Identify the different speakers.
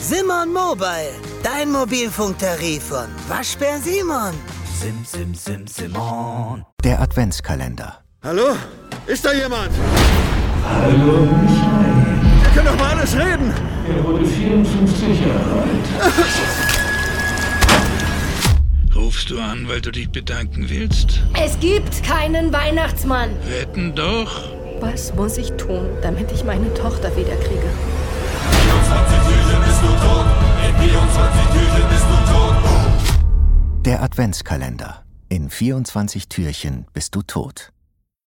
Speaker 1: Simon Mobile, dein Mobilfunktarif von Waschbär Simon.
Speaker 2: Sim, sim, sim, Simon.
Speaker 3: Der Adventskalender.
Speaker 4: Hallo? Ist da jemand? Hallo, Michael. Wir können doch mal alles reden.
Speaker 5: Rufst du an, weil du dich bedanken willst?
Speaker 6: Es gibt keinen Weihnachtsmann.
Speaker 5: Wetten doch.
Speaker 6: Was muss ich tun, damit ich meine Tochter wiederkriege?
Speaker 3: Der Adventskalender. In 24 Türchen bist du tot.